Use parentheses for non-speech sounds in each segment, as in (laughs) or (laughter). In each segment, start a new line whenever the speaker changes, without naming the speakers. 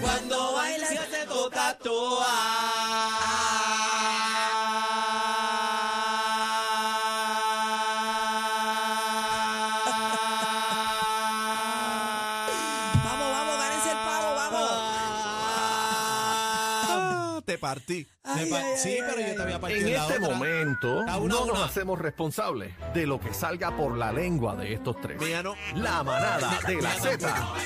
Cuando bailas ya te toca
Vamos, vamos, gánense el pavo, vamos.
Ah, te partí.
Ay,
Me par-
ay, ay,
sí,
ay,
pero
ay,
yo te había partido
En
la
este
otra.
momento
La una,
no nos
una.
hacemos responsables de lo que salga por la lengua de estos tres.
Mira, no.
La manada de la
Mira, no.
Z presenta,
Eco,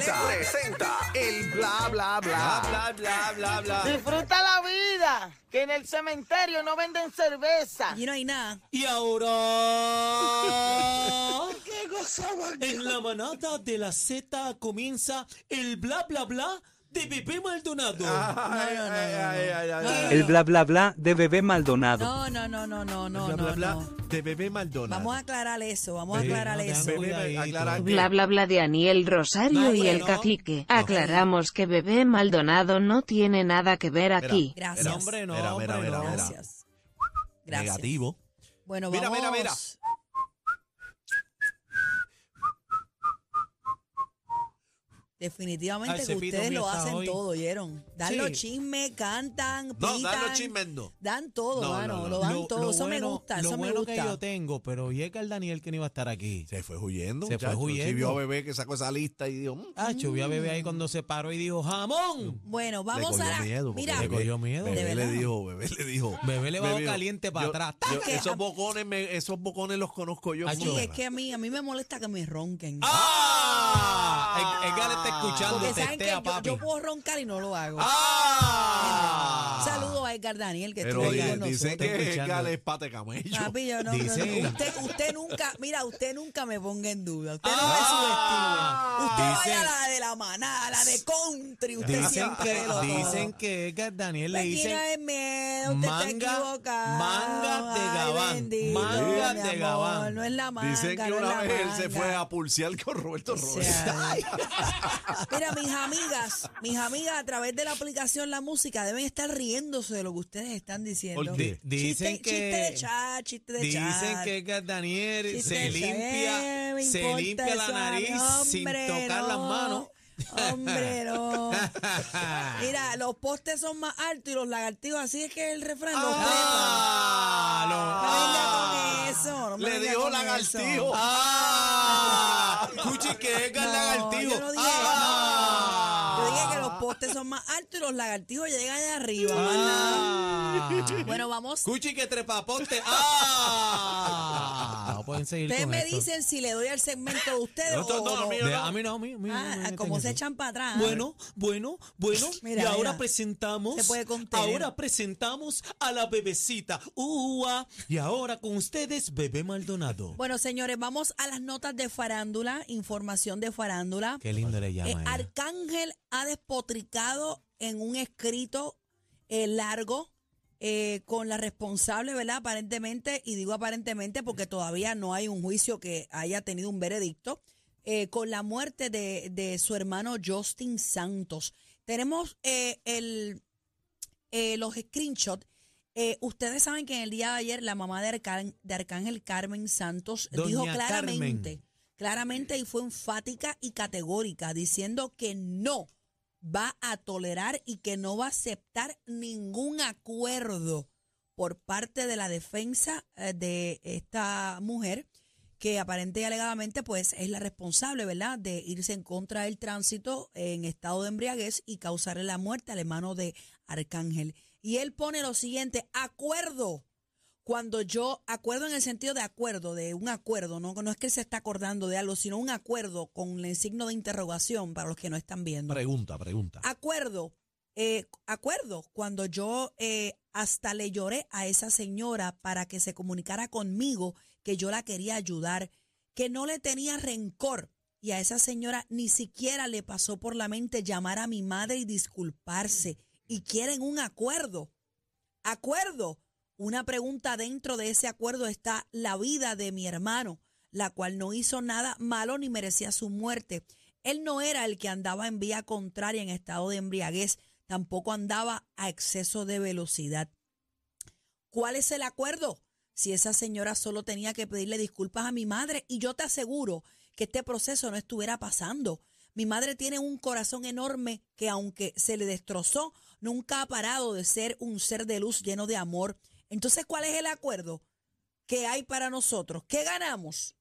eco.
presenta el bla bla
Bla,
bla.
bla, bla, bla, bla.
Disfruta la vida, que en el cementerio no venden cerveza.
Aquí no hay nada.
Y ahora. (laughs) En la manada de la Z comienza el bla bla bla de Pepe Maldonado.
Ay, ay, ay, ay, ay, ay.
El bla bla bla de bebé Maldonado.
No, no, no, no, no, no,
Bla, bla,
no,
bla,
no.
de bebé Maldonado.
Vamos a aclarar eso, vamos a aclarar
no,
eso.
dame-
Bebé,
Cuidadito.
aclara que-
Bla bla bla de Aniel Rosario
No,
y
hombre,
el
no.
cacique. Aclaramos que bebé Maldonado no tiene nada que ver aquí.
Gracias.
Mira,
hombre, no,
mira,
hombre,
mira,
no.
mira.
Gracias. Gracias.
Negativo.
Bueno,
Mira,
vamos.
mira, mira.
Definitivamente que
Ay, Cepito
ustedes
mío
lo
está
hacen
hoy.
todo, ¿oyeron? Dan
Sí.
los chismes, cantan,
No,
pitan,
dan los chismes, no.
Dan todo,
No,
mano,
no, no.
lo dan todo. eso me
bueno-
gusta,
lo
eso me
bueno
gusta.
que yo tengo, pero y es que el Daniel que no iba a estar aquí.
Se fue huyendo.
Se fue
muchacho.
huyendo.
Sí, vio a bebé que sacó esa lista y dijo. mm,
Ah, yo vi a bebé ahí cuando se paró y dijo, ¡jamón!
Bueno,
le
vamos
cogió
a la...
miedo, porque
mira,
Le cogió miedo.
De
Bebé le
verdad.
dijo, bebé le dijo.
Bebé le bajó
dijo,
caliente para
yo-
atrás.
yo-
Es que-
esos bocones, me- esos bocones los conozco yo.
Ay,
como
Sí, es
nada.
que a mí, a mí me molesta que me ronquen.
¡Ah! El, el Gale está escuchando,
Porque saben que
testea,
yo,
papi.
yo puedo roncar y no lo hago.
¡Ah!
Un Saludo a Edgar Daniel, que
Pero
estuvo ahí
di-
con
dicen
nosotros.
Está
que
escuchando.
Gale es pate camello.
Papi, yo no,
Dice-
no, no. usted, usted nunca, mira, usted nunca me ponga en duda. Usted no me subestime.
Ah.
Usted
Dice-
vaya a la de la manada, a la de country. Usted
Dicen
siempre
que,
lo toma.
dicen que Edgar Daniel le
Me
dicen...
quita el miedo, usted está
manga-
equivocado.
manga de
Ay,
Gabán,
bendito,
manga
mi
de
amor,
Gabán.
No es la manga.
Dicen que
no es
una
la
vez él se
manga.
fue a pulsear con Roberto
O sea,
Robles.
(laughs)
Mira, mis amigas, mis amigas a través de la aplicación La Música deben estar riéndose de lo que ustedes están diciendo.
¿Por qué?
Di- dicen
chiste, chiste de
que-
chat, chiste de
Dicen
chat.
que Edgar Daniel
Chiste
se
de chat. Eh,
limpia,
me
se
importa
limpia la
eso a mí,
nariz sin
hombre,
tocar las
no,
manos.
Hombre, no.
(laughs)
Mira, los postes son más altos y los lagartijos, así es que el refrán los trepan.
Ah, lo-
No venga
ah.
con eso. No me
Le
venga
dijo
con
lagartijo.
eso.
¡Ah! Escuche que Edgar
Ah. No,
Lagartijo.
yo no dije-
¡Ah!
Yo dije que los postes son más altos y los lagartijos llegan de arriba. más nada.
¡Ah!
Bueno, vamos.
Escuche que trepapote. ¡Ah! No pueden seguir
Ustedes
con
me
esto.
dicen si le doy al segmento de ustedes
No, no,
o
no,
no.
mío.
De- a mí no, a mí, a mí no me
Ah,
meten
como se
eso.
echan para atrás.
Bueno, bueno, bueno.
(laughs) Mira,
y ahora
mira.
presentamos.
Se puede contener.
Ahora presentamos a la bebecita. Ua. Y ahora con ustedes, bebé Maldonado.
Bueno, señores, vamos a las notas de farándula, información de farándula.
Qué lindo le llama.
Eh,
ella.
Arcángel ha despotricado en un escrito eh, largo eh, con la responsable, ¿verdad? Aparentemente, y digo aparentemente porque todavía no hay un juicio que haya tenido un veredicto, eh, con la muerte de, de su hermano Justin Santos. Tenemos eh, el, eh, los screenshots. Eh, ustedes saben que en el día de ayer la mamá de, Arcán- de Arcángel Carmen Santos
Doña
dijo
Carmen.
claramente claramente y fue enfática y categórica, diciendo que no va a tolerar y que no va a aceptar ningún acuerdo por parte de la defensa eh, de esta mujer que aparente y alegadamente pues es la responsable, ¿verdad?, de irse en contra del tránsito en estado de embriaguez y causarle la muerte al hermano de Arcángel. Y él pone lo siguiente, acuerdo cuando yo acuerdo en el sentido de acuerdo, de un acuerdo, no, no es que él se está acordando de algo, sino un acuerdo con el signo de interrogación para los que no están viendo.
Pregunta, pregunta.
Acuerdo, eh, acuerdo, cuando yo eh, hasta le lloré a esa señora para que se comunicara conmigo que yo la quería ayudar, que no le tenía rencor y a esa señora ni siquiera le pasó por la mente llamar a mi madre y disculparse y quieren un acuerdo. Acuerdo. Una pregunta dentro de ese acuerdo está la vida de mi hermano, la cual no hizo nada malo ni merecía su muerte. Él no era el que andaba en vía contraria en estado de embriaguez, tampoco andaba a exceso de velocidad. ¿Cuál es el acuerdo? Si esa señora solo tenía que pedirle disculpas a mi madre y yo te aseguro que este proceso no estuviera pasando. Mi madre tiene un corazón enorme que aunque se le destrozó, nunca ha parado de ser un ser de luz lleno de amor. Entonces, ¿cuál es el acuerdo que hay para nosotros? ¿Qué ganamos?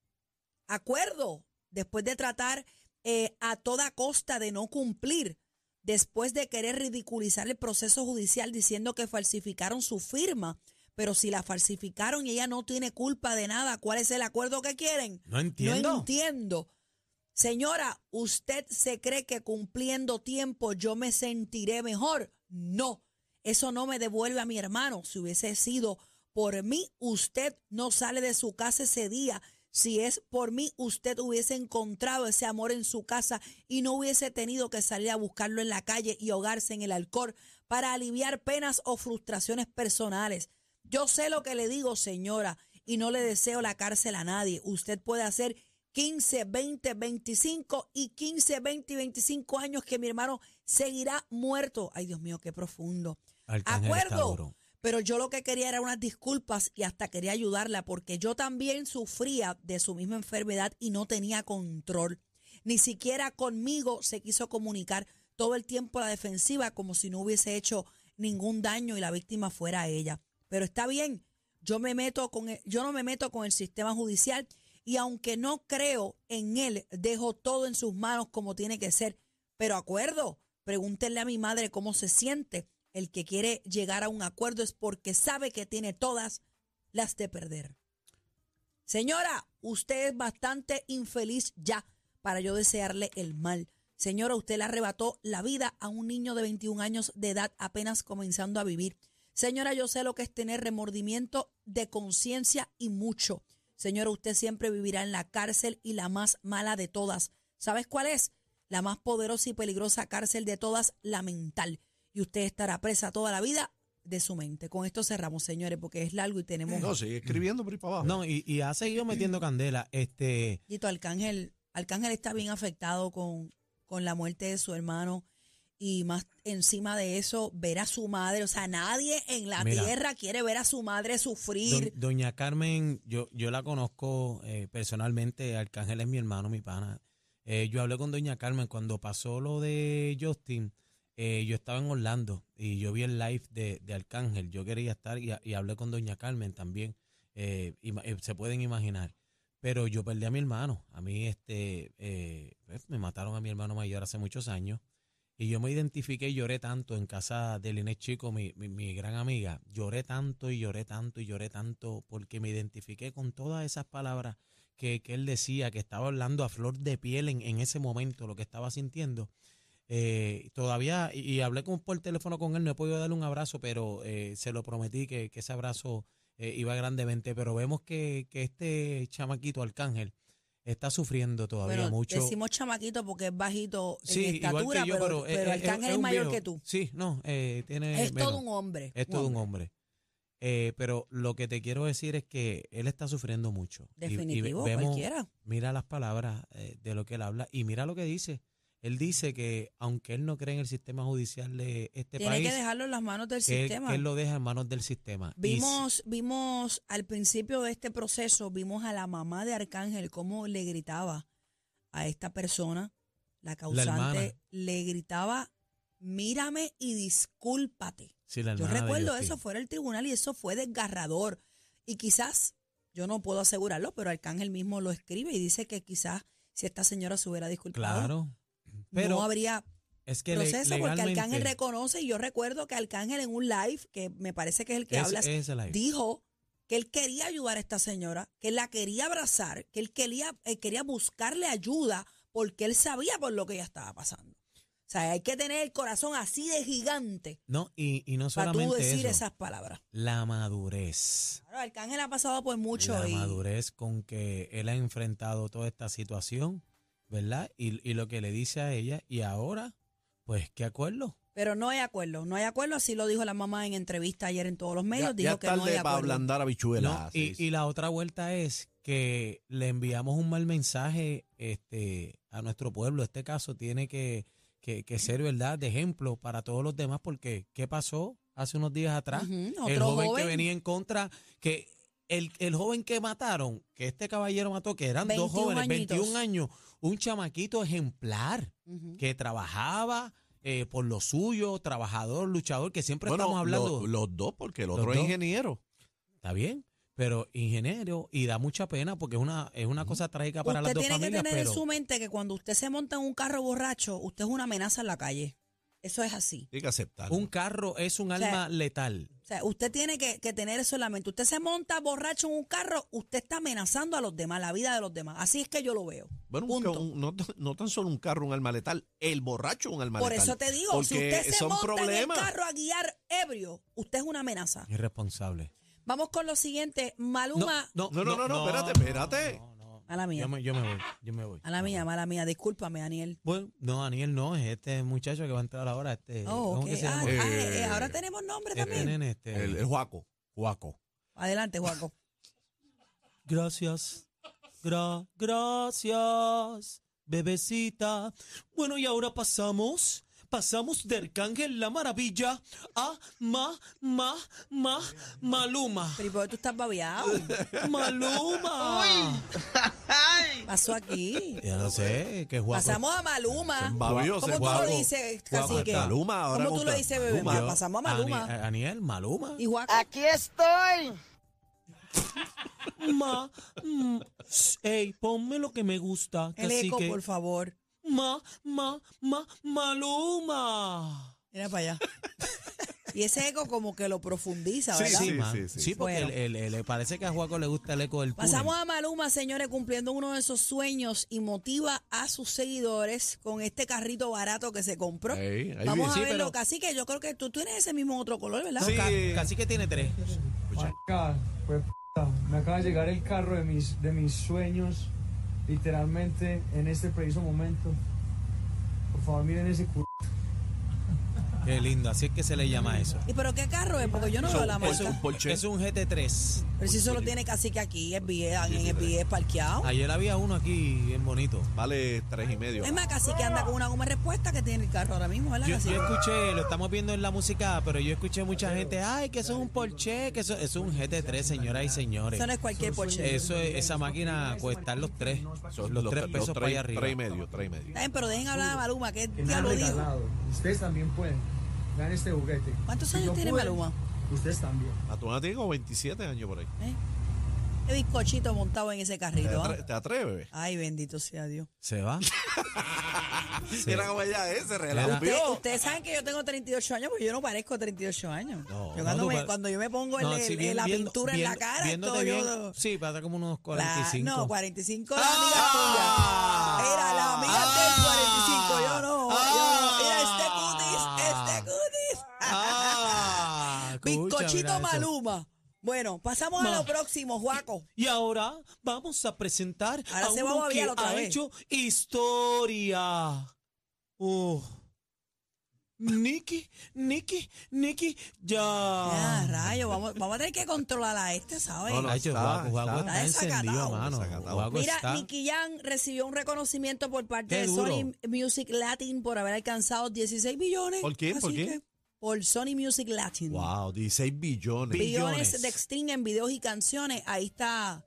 Acuerdo, después de tratar eh, a toda costa de no cumplir, después de querer ridiculizar el proceso judicial diciendo que falsificaron su firma. Pero si la falsificaron y ella no tiene culpa de nada, ¿cuál es el acuerdo que quieren?
No entiendo.
No entiendo. Señora, ¿usted se cree que cumpliendo tiempo yo me sentiré mejor? No, eso no me devuelve a mi hermano. Si hubiese sido por mí, usted no sale de su casa ese día. Si es por mí, usted hubiese encontrado ese amor en su casa y no hubiese tenido que salir a buscarlo en la calle y ahogarse en el alcohol para aliviar penas o frustraciones personales. Yo sé lo que le digo, señora, y no le deseo la cárcel a nadie. Usted puede hacer 15, 20, 25 y 15, 20 y 25 años que mi hermano seguirá muerto. Ay, Dios mío, qué profundo.
Arcángel está
Acuerdo.
duro.
Pero yo lo que quería era unas disculpas y hasta quería ayudarla porque yo también sufría de su misma enfermedad y no tenía control. Ni siquiera conmigo se quiso comunicar todo el tiempo a la defensiva como si no hubiese hecho ningún daño y la víctima fuera ella. Pero está bien, yo me meto con el- yo no me meto con el sistema judicial y aunque no creo en él, dejo todo en sus manos como tiene que ser. Pero acuerdo, pregúntenle a mi madre cómo se siente. El que quiere llegar a un acuerdo es porque sabe que tiene todas las de perder. Señora, usted es bastante infeliz ya para yo desearle el mal. Señora, usted le arrebató la vida a un niño de 21 años de edad apenas comenzando a vivir. Señora, yo sé lo que es tener remordimiento de conciencia y mucho. Señora, usted siempre vivirá en la cárcel y la más mala de todas. ¿Sabes cuál es? La más poderosa y peligrosa cárcel de todas, la mental. Y usted estará presa toda la vida de su mente. Con esto cerramos, señores, porque es largo y tenemos...
No, sigue escribiendo por ahí para abajo.
No, y, y ha seguido metiendo candela. Este,
Dito, Arcángel, Arcángel está bien afectado con, con la muerte de su hermano y más encima de eso, ver a su madre. O sea, nadie en la
Mira.
tierra quiere ver a su madre
do-
sufrir.
doña Carmen, yo, yo la conozco eh, personalmente. Arcángel es mi hermano, mi pana. Eh, yo hablé con doña Carmen cuando pasó lo de Justin. eh, yo estaba en Orlando y yo vi el live de, de Arcángel. Yo quería estar y, y hablé con doña Carmen también. eh, ima- eh, se pueden imaginar. Pero yo perdí a mi hermano. A mí, este, eh, pues, me mataron a mi hermano mayor hace muchos años. Y yo me identifiqué y lloré tanto en casa de Linet Chico, mi, mi, mi gran amiga. Lloré tanto y lloré tanto y lloré tanto porque me identifiqué con todas esas palabras que, que él decía, que estaba hablando a flor de piel en, en ese momento, lo que estaba sintiendo. Eh, todavía, y, y hablé con, por teléfono con él, no he podido darle un abrazo, pero eh, se lo prometí que, que ese abrazo eh, iba grandemente. Pero vemos que, que este chamaquito, Arcángel, está sufriendo todavía
Bueno,
mucho.
decimos chamaquito porque es bajito
Sí,
en
igual
estatura,
que yo,
pero,
pero, eh,
pero
eh,
Arcángel es,
un
mayor
viejo.
que tú.
Sí, no, eh, tiene.
es
menos.
todo un hombre.
Es todo un hombre. Eh, pero lo que te quiero decir es que él está sufriendo mucho. Y- y ve-
Definitivo,
vemos- este
cualquiera.
Mira las palabras eh, de lo que él habla y mira lo que dice. Él dice que aunque él no cree en el sistema judicial de este
Tiene
país,
que dejarlo en las manos del
que él-
sistema.
que él lo deja en manos del sistema. Y si-
Vimos, vimos al principio de este proceso, vimos a la mamá de Arcángel cómo le gritaba a esta persona, la causante,
hermana.
le gritaba, mírame y discúlpate.
si la
Yo
hermana de
recuerdo
Justin-
eso fuera el tribunal y eso fue desgarrador. Y quizás, yo no puedo asegurarlo, pero Arcángel mismo lo escribe y dice que quizás si esta señora se hubiera disculpado,
Claro. Pero
no habría
es que le-
proceso porque Arcángel
legalmente-
reconoce y yo recuerdo que Arcángel en un live, que me parece que es el que
Ese-
hablas,
ese live.
dijo que él quería ayudar a esta señora, que él la quería abrazar, que él quería, él quería buscarle ayuda porque él sabía por lo que ella estaba pasando. O sea, hay que tener el corazón así de gigante
No, y, y no
para tú
solamente
decir
eso,
esas palabras.
la madurez.
Claro, Arcángel ha pasado por mucho
la
y
madurez con que él ha enfrentado toda esta situación, ¿verdad? Y, y lo que le dice a ella, y ahora, pues, ¿qué acuerdo?
pero no hay acuerdo, no hay acuerdo, así lo dijo la mamá en entrevista ayer en todos los medios,
ya,
dijo
ya es
que no hay
tarde para
acuerdo.
ablandar a bichuela.
No, y, y la otra vuelta es que le enviamos un mal mensaje este, a nuestro pueblo. Este caso tiene que, que- que ser, ¿verdad?, de ejemplo para todos los demás, porque ¿qué pasó hace unos días atrás?
Ujú,
El
otro
joven, que
joven.
venía en contra, que el, el joven que mataron, que este caballero mató, que eran dos
21
jóvenes,
añitos.
21 años, un chamaquito ejemplar
Ujú.
que trabajaba eh, por lo suyo, trabajador, luchador, que siempre
Bueno,
estamos hablando.
lo- los dos, porque el
Los
otro es
dos.
ingeniero.
Está bien, pero ingeniero, y da mucha pena porque es una, es una cosa trágica para
usted
las dos
tiene que
familias.
tener
pero
en su mente que cuando usted se monta en un carro borracho, usted es una amenaza en la calle. Eso es así.
Tiene que aceptarlo.
un carro es un
sea,
arma letal.
O sea, usted tiene que, que tener eso en la mente. Usted se monta borracho en un carro, usted está amenazando a los demás, la vida de los demás. Así es que yo lo veo.
bueno, un
punto.
ca- un- no, tan- no tan solo un carro, un alma letal. El borracho, un alma
Por
letal.
eso te digo, si
Porque
usted se
son
monta
problemas.
en el carro a guiar ebrio, usted es una amenaza.
Irresponsable.
Vamos con lo siguiente. Maluma.
No, no, no, no, espérate, espérate.
no, no.
A la mía.
Yo me, yo me voy, yo me voy.
A la
Me
mía,
voy.
mala mía. Discúlpame, Daniel.
Bueno, no, Daniel no, es este muchacho que va a entrar ahora, este.
Oh,
¿cómo
ok.
que se
Ah,
llama?
ah,
Eh,
eh, ahora tenemos nombre
Este
también.
nene, este.
El, el Juaco. Juaco.
Adelante, Juaco.
Gracias. Gra- gracias, bebecita. Bueno, y ahora pasamos. Pasamos de Arcángel la Maravilla a Ma, Ma, Ma, Maluma.
Pero ¿y por qué tú estás babeado?
(laughs)
Maluma.
¡Ay!
Pasó aquí.
Ya lo sé, que guapo.
Pasamos a Maluma.
Son babios,
¿Cómo
es
tú lo
guapo.
dices,
Guapo,
cacique?
Maluma, ahora
¿Cómo tú
contra
lo dices, bebé?
Maluma. eh.
Pero Pasamos a Maluma.
Ani- Aniel,
(laughs)
eh, Maluma.
Y Juaco.
Aquí estoy.
Ma, mm, ey, ponme lo que me gusta.
El eco,
cacique.
por favor.
Ma, ma, ma, Maluma.
Mira
(laughs)
para allá. y ese eco como que lo profundiza,
Sí,
¿verdad?
sí.
man. Sí, porque
Bueno.
el- el- el- parece que a Juaco le gusta el eco del túnel.
Pasamos a Maluma, señores, cumpliendo uno de sus sueños y motiva a sus seguidores con este carrito barato que se compró.
Ey, ahí
Vamos
vi-
a
sí,
verlo,
pero-
cacique. Yo creo que tú tienes ese mismo otro color, ¿verdad?
No,
Sí.
ca- casi que tiene tres.
Acá, pues, p***, me acaba de llegar el carro de mis, de mis sueños, literalmente en este preciso momento. Por favor, miren ese culo.
Qué lindo, así es que se le llama eso.
¿Y pero qué carro es? Porque yo no veo la
Es un,
marca.
Porsche.
es un GT3.
Pero si eso lo tiene cacique aquí, es bien, alguien es bien parqueado.
Ayer había uno aquí bien bonito.
Vale tres y medio.
Es más, cacique anda con una goma de respuesta que tiene el carro ahora mismo, ¿verdad,
Yo,
cacique?
yo escuché, lo estamos viendo en la música, pero yo escuché mucha gente, ay, que eso es un Porsche, que eso es un GT3, señoras y señores.
Eso no es cualquier Porsche.
Eso es- esa máquina cuesta los tres,
Son
los tres
tre-
pesos para allá arriba.
Tres y medio, tres y medio.
Está bien, pero dejen hablar a Maluma, que
Que me han
diablo dijo.
regalado. Ustedes también pueden. Vean este juguete.
¿Cuántos
Si
años
yo
tiene
pude,
Maluma?
Ustedes también.
Em.
Matona tiene como 27 años por ahí.
Qué bizcochito montado en ese
¿Te,
carrito, ¿ah?
atre- te atreves? bebé?
Ay, bendito sea Dios.
Se va. Sí.
Era como ella ese
Era-
relajo.
Usted- ustedes saben que yo tengo 38 años, pero yo no parezco 38 años.
No,
yo
no,
cuando,
tú
me-
pare-
cuando yo me pongo el-
No,
el-
sí, bien-
la
viendo-
pintura en la
viendo-
cara,
viéndote
todo,
bien,
yo-
sí, pasa como unos
la-
45.
no, pues. 45 la amiga
Ah.
tuya. Era la amiga
¡Ah!
del 45, yo no.
Ah.
yo no. Mira, este cutis, este cutis.
Ah, escucha,
(laughs)
mira
Bizcochito
eso.
Maluma. Bueno, pasamos
Ma.
a lo próximo, Juaco.
Y ahora vamos a presentar
Ahora
a
se va a
uno que
babear otra
ha
vez.
hecho historia. Oh. Nicky, Nicky, Nicky,
Ah,
ya.
rayo, vamos, vamos a tener que controlar a este, ¿sabes?
No, no,
Ay, yo,
está-
Guaco, Guaco
está-
está,
está
encendido,
desacatado.
mano.
Desacatado.
Guaco
Mira,
está-
Nicky Jam recibió un reconocimiento por parte
Qué
de
duro.
Sony Music Latin por haber alcanzado 16 billones.
¿Por quién?
Así
¿Por quién?
que, Por Sony Music Latin.
Wow, 16 billones.
Billones
billones.
de stream en videos y canciones. Ahí está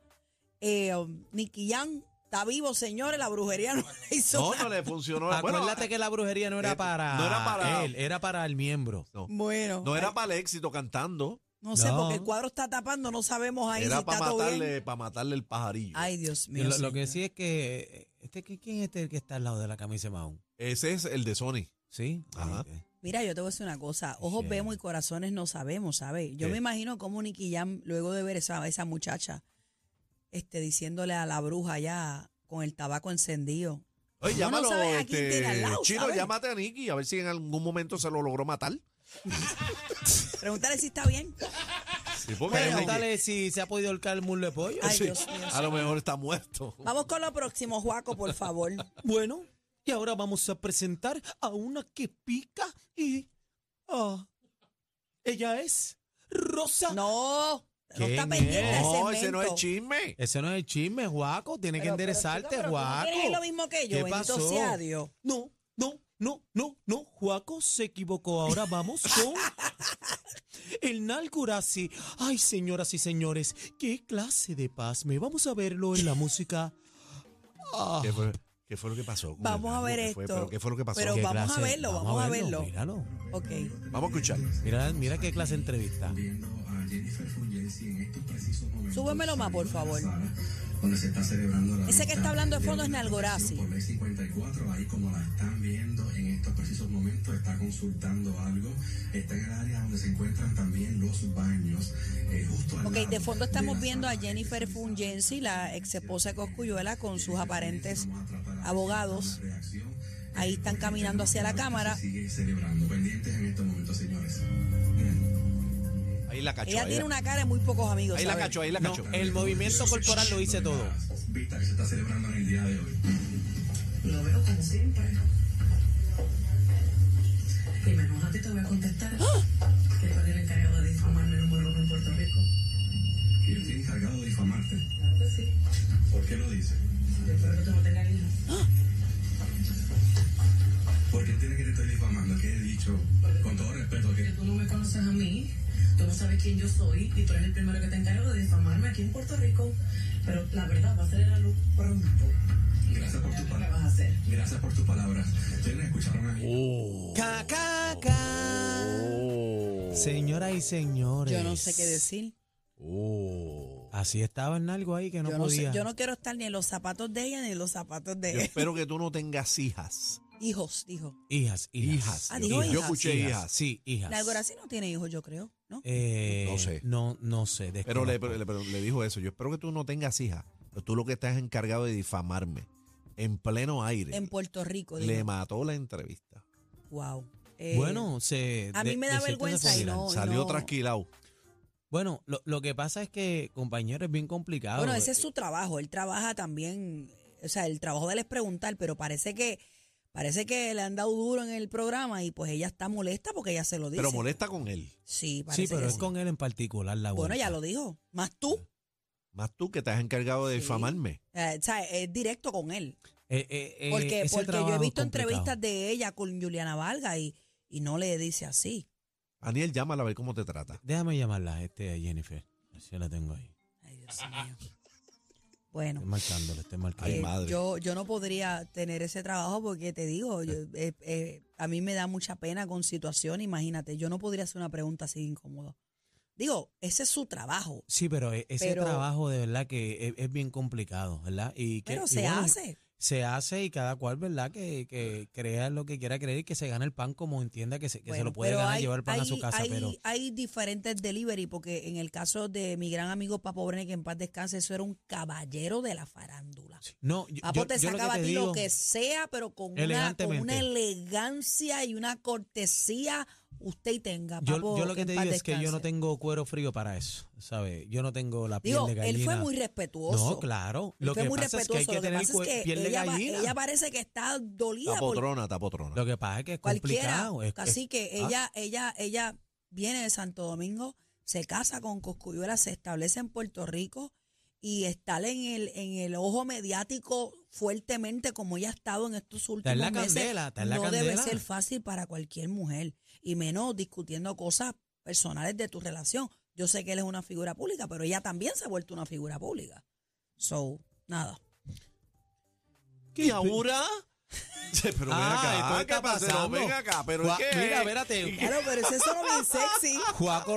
eh, Nicky Jam. Está vivo, señores. La brujería no le hizo
No,
nada.
no le
(laughs)
funcionó. Bueno, ah,
Acuérdate que la brujería no era
eh,
para,
no era para-
él, era para el miembro.
Bueno.
no era para el éxito cantando.
No sé,
No.
porque el cuadro está tapando. No sabemos ahí si
Era
está
para
todo bien.
matarle, para matarle el pajarillo.
Ay, Dios mío.
Lo, lo que
señor.
sí es que, este, que- ¿quién es este que está al lado de la camisa de Mahón?
Ese es el de Sony.
¿Sí? eh.
Ajá.
Ay,
Mira, yo te voy a decir una cosa. Ojos
Sí.
vemos y corazones no sabemos, ¿sabes? Yo
Sí.
me imagino cómo Nicky Jam, luego de ver esa, esa muchacha, este, diciéndole a la bruja ya con el tabaco encendido.
Oye,
No,
llámalo,
no sabes a quién tiene al
este,
lado,
Chino,
¿sabes?
llámate a Nicky, a ver si en algún momento se lo logró matar.
Pregúntale si está bien.
Sí,
Pregúntale si se ha podido ahorcar el muslo de pollo.
Ay, Dios mío.
a lo mejor está muerto.
Vamos con lo próximo, Juaco, por favor.
Ah, Bueno, y ahora vamos a presentar a una que pica y... ah, ella es Rosa.
No, no está
¿Quién
pendiente
es?
del
(laughs) No, ese no es
segmento.
chisme.
Ese no es el chisme, Juaco. Tiene que enderezarte, Juaco.
¿Quieres lo mismo que yo?
¿Qué
Bendito
pasó?
sea Dios.
No, no, no, no, no. Juaco se equivocó. Ahora vamos con El Nalgurasi. Ay, señoras y señores, qué clase de paz. Me vamos a verlo en la música. Ah.
¿Qué fue, qué fue lo que pasó? con
Vamos
el
a
árbol?
ver
¿Qué fue?
esto.
¿Pero qué fue lo que pasó?
Pero-
Qué
vamos a verlo, vamos a verlo.
Míralo.
Ok.
Vamos a escuchar.
Mira, mira qué clase de entrevista.
Súbemelo más, por favor.
donde se está celebrando la
Ese que está hablando de fondo es Nalgorazi.
por ley 54, ahí como la están viendo en estos precisos pues, momentos, está consultando algo, está en el área donde se encuentran también los baños, eh, justo al
Ok,
lado
de fondo estamos
la
viendo a
zona
Jennifer Fungensi, la ex esposa de Coscuyuela, con sus aparentes abogados.
de acción.
Ahí están caminando hacia la cámara.
Se sigue celebrando, pendientes en estos momentos, señores.
Ahí la cachó.
Ella
Ahí,
tiene una cara de muy pocos amigos.
ahí la
¿sabes?
cachó, ahí la
No,
Eh.
cachó.
el movimiento corporal lo hice todo.
Vista que se está celebrando en el día de hoy.
Lo veo como siempre. Y menos a ti te voy a contestar que tú eres el encargado de difamarme número uno en Puerto Rico.
Y yo estoy encargado de difamarte.
Claro que sí.
¿Por qué lo dices?
Yo espero que tú no tengas hijos.
(gasps) ¿Por qué entiendes que te estoy difamando? ¿Qué he dicho? Con todo respeto,
Que
que
tú no me conoces a mí, tú no sabes quién yo soy y tú eres el primero que te encargo de difamarme aquí en Puerto Rico. Pero la verdad va a ser a la luz pronto.
gracias por tu
¿Qué
palabra.
vas a hacer?
Gracias por tus palabras. Ustedes la escucharon ahí.
Ca, ca, ca.
Oh.
Señoras y señores.
Yo no sé qué decir.
Oh,
Así estaba en algo ahí que no
yo, no sé-
podía.
yo no quiero estar ni en los zapatos de ella ni en los zapatos de
Yo
él.
espero que tú no tengas hijas.
(laughs) hijos, dijo.
Hijas, hijas.
Hijas.
Ah,
yo,
dijo
yo
hijas.
escuché hijas.
Sí, hijas.
Nalgorazi no tiene hijos, yo creo, ¿no?
Eh,
No sé.
No, no sé.
Pero le,
desconozco.
pero le- pero le dijo eso. Yo espero que tú no tengas hijas. Pero Tú lo que estás encargado de difamarme en pleno aire.
En Puerto Rico, dijo.
le mató la entrevista.
Wow.
bueno, se.
Eh, a mí me da
cierta
vergüenza
manera.
y no-
Salió trasquilado.
Bueno, lo, lo que pasa es que, compañero, es bien complicado.
Bueno, ese es su trabajo. Él trabaja también, o sea, el trabajo de él es preguntar, pero parece que parece que le han dado duro en el programa y pues ella está molesta porque ella se lo dice.
Pero molesta con él.
Sí, parece
Sí, pero
que
es
sí.
con él en particular la
Bueno,
vuelta.
ya lo dijo. Más tú.
Más tú que estás encargado de
Sí.
difamarme.
Eh, o sea, es directo con él.
Eh, Ah. eh, eh,
Porque, porque
ese
yo he
trabajo
visto
es complicado.
entrevistas de ella con Juliana Valga y, y no le dice así.
Aniel, llámala a ver cómo te trata.
Déjame llamarla, este, a Jennifer. Así la tengo ahí.
Ay, Dios mío.
(laughs)
Bueno.
Estoy marcándole, estoy marcando.
Ay,
Eh,
madre.
Yo, yo no podría tener ese trabajo porque te digo,
(laughs)
yo, eh, eh, a mí me da mucha pena con situación, imagínate, yo no podría hacer una pregunta así de incómoda. Digo, ese es su trabajo,
Sí, pero e- ese
Pero-
trabajo de verdad que es, es bien complicado, ¿verdad? Y que,
pero
y
se
bueno,
hace.
Se hace y cada cual, ¿verdad? Que, que crea lo que quiera creer y que se gane el pan como entienda que se, que se
Bueno,
lo puede
pero
ganar
hay-
llevar pan a
hay-
su casa.
hay,
pero
hay diferentes delivery, porque en el caso de mi gran amigo Papo Brenes, que en paz descanse, eso era un caballero de la farándula.
no, yo,
Papo
yo-
te
yo lo que
sacaba
te
a ti
digo,
lo que sea, pero con una, con una
Elegantemente.
elegancia y una cortesía, usted y tenga.
yo,
Papo,
yo lo que
en
te
paz
digo es que yo no
descanse.
tengo cuero frío para eso, ¿sabes? Yo no tengo la piel
Digo,
de gallina.
él fue muy respetuoso.
No, claro.
Él
Lo
fue
que
muy
pasa es que
respetuoso.
hay que
lo que
tener
pasa
cue-
es que
piel de
ella, va-
gallina.
ella parece que está dolida por
Tapotrona, tapotrona.
Lo que pasa es que es
cualquiera.
complicado. es- ah. es-
Así que ella, ella, ella viene de Santo Domingo, se casa con Coscuyuela, se establece en Puerto Rico y está en el, en el ojo mediático fuertemente como ella ha estado en estos últimos
en la
meses.
candela, está en la
no debe
candela.
ser fácil para cualquier mujer y menos discutiendo cosas personales de tu relación. Yo sé que él es una figura pública, pero ella también se ha vuelto una figura pública. So, nada.
¿Y ahora? (laughs) Sí, pero ven
Ah,
acá.
esto
¿qué
está
pasa? Pero
pasando.
ven acá, pero
Gua-
es que...
Mira, espérate.
Claro, pero ese son bien sexy.
Juaco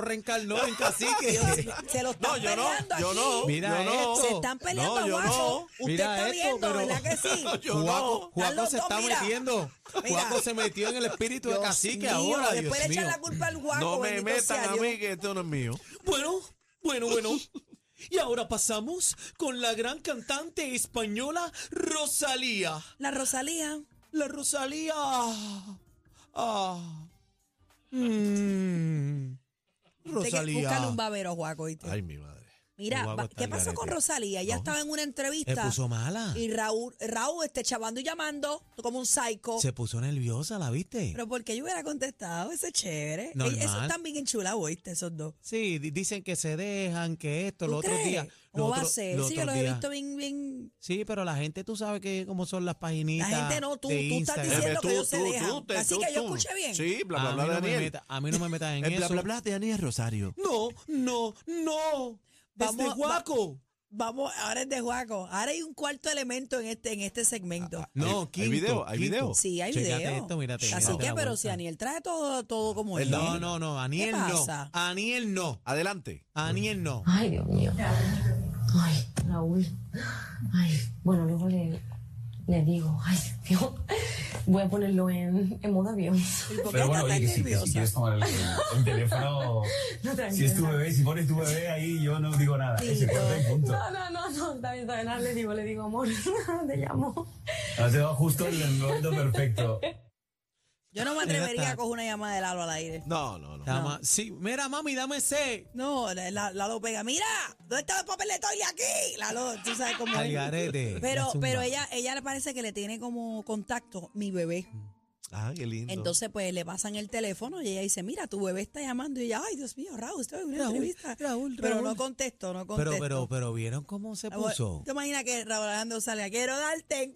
(laughs)
reencarnó en cacique.
Se lo
No,
están
yo no, yo no.
peleando aquí.
Mira
yo no.
esto.
Se están peleando,
No, yo
guacho.
no.
Usted
Mira
está
esto,
viendo,
pero-
¿verdad que
(laughs)
sí? (laughs)
Yo
Juaco,
no.
Juaco
Están los
se
dos,
está
mira.
metiendo.
Mira.
Juaco se metió en el espíritu de
Dios
cacique
mío,
ahora. Dios
Después le
mío.
echan la culpa al guaco.
No me
bendito
metan
sea
a
Dios.
mí que esto no es mío.
Bueno, bueno, bueno. Y ahora pasamos con la gran cantante española Rosalía.
La Rosalía.
La Rosalía. Ah. Mm.
Mm. Te que- Búscale un babero, Juaco. ¿oíste?
Ay, mi madre.
Mira,
Guago
va-
está
¿qué
al
pasó con
garete.
Rosalía? Ella
No.
estaba en una
Se
entrevista
puso mala.
y Raúl, Raúl este chavando y llamando como un psycho.
Se puso nerviosa, ¿la viste?
Pero porque yo hubiera contestado, ese es chévere. Eso
Normal.
Esos están bien enchulados, ¿oíste? Esos dos.
Sí, di- dicen que se dejan, que esto,
¿Tú
los otros
crees?
días.
¿Cómo
los
va a
otros-
ser?
los
Sí, yo
otros
los he
días.
visto bien, bien.
Sí, pero la gente, tú sabes que cómo son las paginitas.
La gente no, tú-
de
tú estás
Instagram.
diciendo-
Eh,
que ellos se dejan. Así que yo escuché bien.
Sí, bla, bla,
a,
bla,
mí no me
Daniel.
meta- a mí no me metas en
El (laughs) bla,
eso.
bla, bla de Daniel Rosario.
No, no, no.
Vamos
Desde
a-
Guaco.
Vamos, ahora es de Juaco. Ahora hay un cuarto elemento en este, en este segmento.
No,
¿Hay-
quinto,
hay video? ¿Hay
quinto.
video?
Sí, hay
Ah, Chécate
video.
esto, mírate,
Así
mírate
que, pero
la vuelta. Eh,
si Aniel trae todo, todo como él.
No, no, no, Aniel no.
pasa? Ah,
Aniel no.
Adelante.
Aniel no.
Ay, Dios mío. Ay, Raúl. Ay, bueno, luego le, le digo, ay, Dios, voy a ponerlo en, en modo avión.
¿Y por qué
Pero bueno,
está
oye,
tan
que si, que si
nerviosa?
quieres tomar el, el teléfono,
(laughs) No,
si es tu
tranquila.
bebé, si pones tu bebé ahí, yo no digo nada. Que se corte y punto.
No, no, no, no, está bien, está bien, ahora le digo, le digo, amor, te llamo.
Has llegado justo en el momento perfecto.
Yo no me atrevería
está.
a coger una llamada de Lalo al aire.
No, no, no.
Está ma- Sí, mira, mami, dame ese.
No, la- la- Lalo pega. Mira, ¿dónde está el papel de toile aquí? Lalo, tú sabes cómo
Al
es.
garete.
Pero,
La zumba.
pero ella, ella le parece que le tiene como contacto mi bebé.
Ah, qué lindo.
Entonces, pues le pasan el teléfono y ella dice, mira, tu bebé está llamando. Y ella, ay, Dios mío, Raúl, estoy en una
Raúl,
entrevista.
Raúl,
Pero
Raúl.
no contesto, no contesto.
Pero, pero, pero, ¿vieron cómo se
Raúl, (laughs)
puso?
¿Te imaginas que Raúl Alejandro salga? Quiero darte (laughs) en,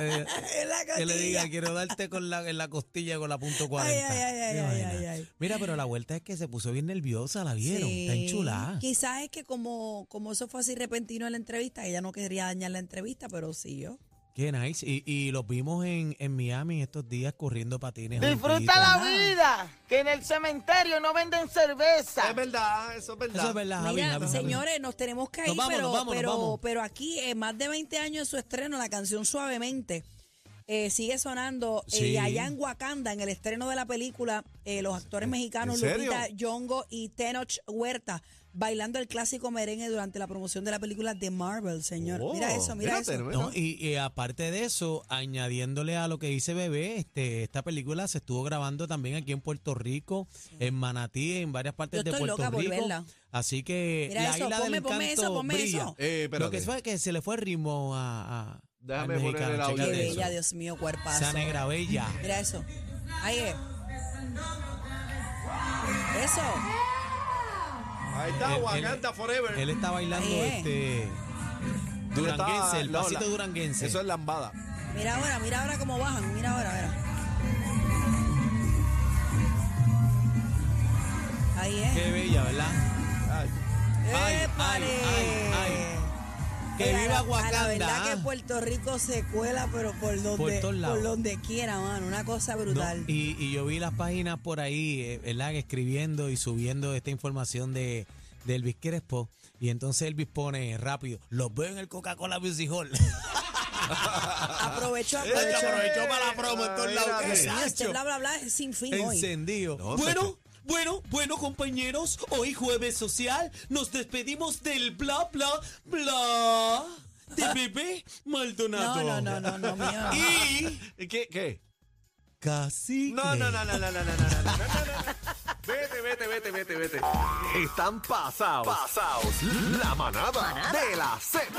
Eh,
en la
que le diga,
costilla".
quiero darte con la, en la costilla con la punto
Ay,
40.
ay, ay, ay,
Mira,
ay,
vaina.
ay, ay.
Mira, pero la vuelta es que se puso bien nerviosa, la vieron. Está
Sí.
enchulada.
Quizás es que como, como eso fue así repentino en la entrevista, ella no quería dañar la entrevista, pero siguió.
Qué nice. Y, y los vimos en, en Miami estos días corriendo patines. juntitos.
Disfruta la vida, que en el cementerio no venden cerveza.
Es verdad, eso es verdad.
Eso es verdad, Javi,
Mira,
Javi, Javi.
señores, nos tenemos que ir,
Nos vámonos,
pero,
vámonos,
pero,
vámonos.
pero aquí, en más de 20 años de su estreno, la canción Suavemente eh, sigue sonando. eh,
Sí.
y allá en Wakanda, en el estreno de la película, eh, los actores mexicanos
¿En serio?
Lupita Yongo y Tenoch Huerta bailando el clásico merengue durante la promoción de la película The Marvel, señor.
Oh,
mira eso, mira
fíjate,
eso.
¿no?
No, y, y aparte de eso, añadiéndole a lo que dice Bebé, este, esta película se estuvo grabando también aquí en Puerto Rico, en Manatí, en varias partes
Yo
de
estoy
Puerto
loca por
Rico.
verla.
Así que
Mira
la
eso,
isla
ponme-
del
ponme eso,
encanto
ponme
brilla.
eso.
Eh,
Lo que
espérate.
fue es que se le fue el ritmo a, a
Déjame poner
al mexicano,
el
Qué
audio.
chécate
bella,
eso.
Dios mío,
Esa
cuerpazo.
negra bella.
Mira eso. Ahí es. Eso.
Ahí está,
Él-
Wakanda
él-
Forever.
Él está bailando
Ahí es.
este
Él está-
duranguense, el
no,
pasito
la-
duranguense.
Eso es lambada.
Mira ahora, mira ahora cómo bajan. Mira ahora, mira. Ahí es.
Qué bella, ¿verdad?
Ay,
ay,
¡Épale!
ay, ay, Que
Oye, a
viva
la- A la
Wakanda.
verdad que
ah.
Puerto Rico se cuela, pero por donde,
todos
por,
lados.
donde quiera, mano. Una cosa brutal.
No, y, y yo vi las páginas por ahí, eh, ¿verdad? Escribiendo y subiendo esta información de, de Elvis Crespo. Y entonces Elvis pone rápido, los veo en el Coca-Cola Music Hall. (laughs)
Aprovechó,
Ay,
aprovechó.
aprovechó para la promo en todos lados.
Dios mío, este
Chacho,
bla, bla, bla es sin fin hoy.
Encendido.
No,
bueno, bueno, bueno, compañeros. Hoy jueves social. Nos despedimos del bla, bla, bla.
(laughs)
De bebé Maldonado.
No, no, no, no, no, mío. no.
Y
¿Qué? ¿Qué?
casi.
No, no, no, no, no, no, no, no, no, no, no, no. Vete, vete, vete, vete, vete.
Están pasados. Pasados. La manada, de la Z.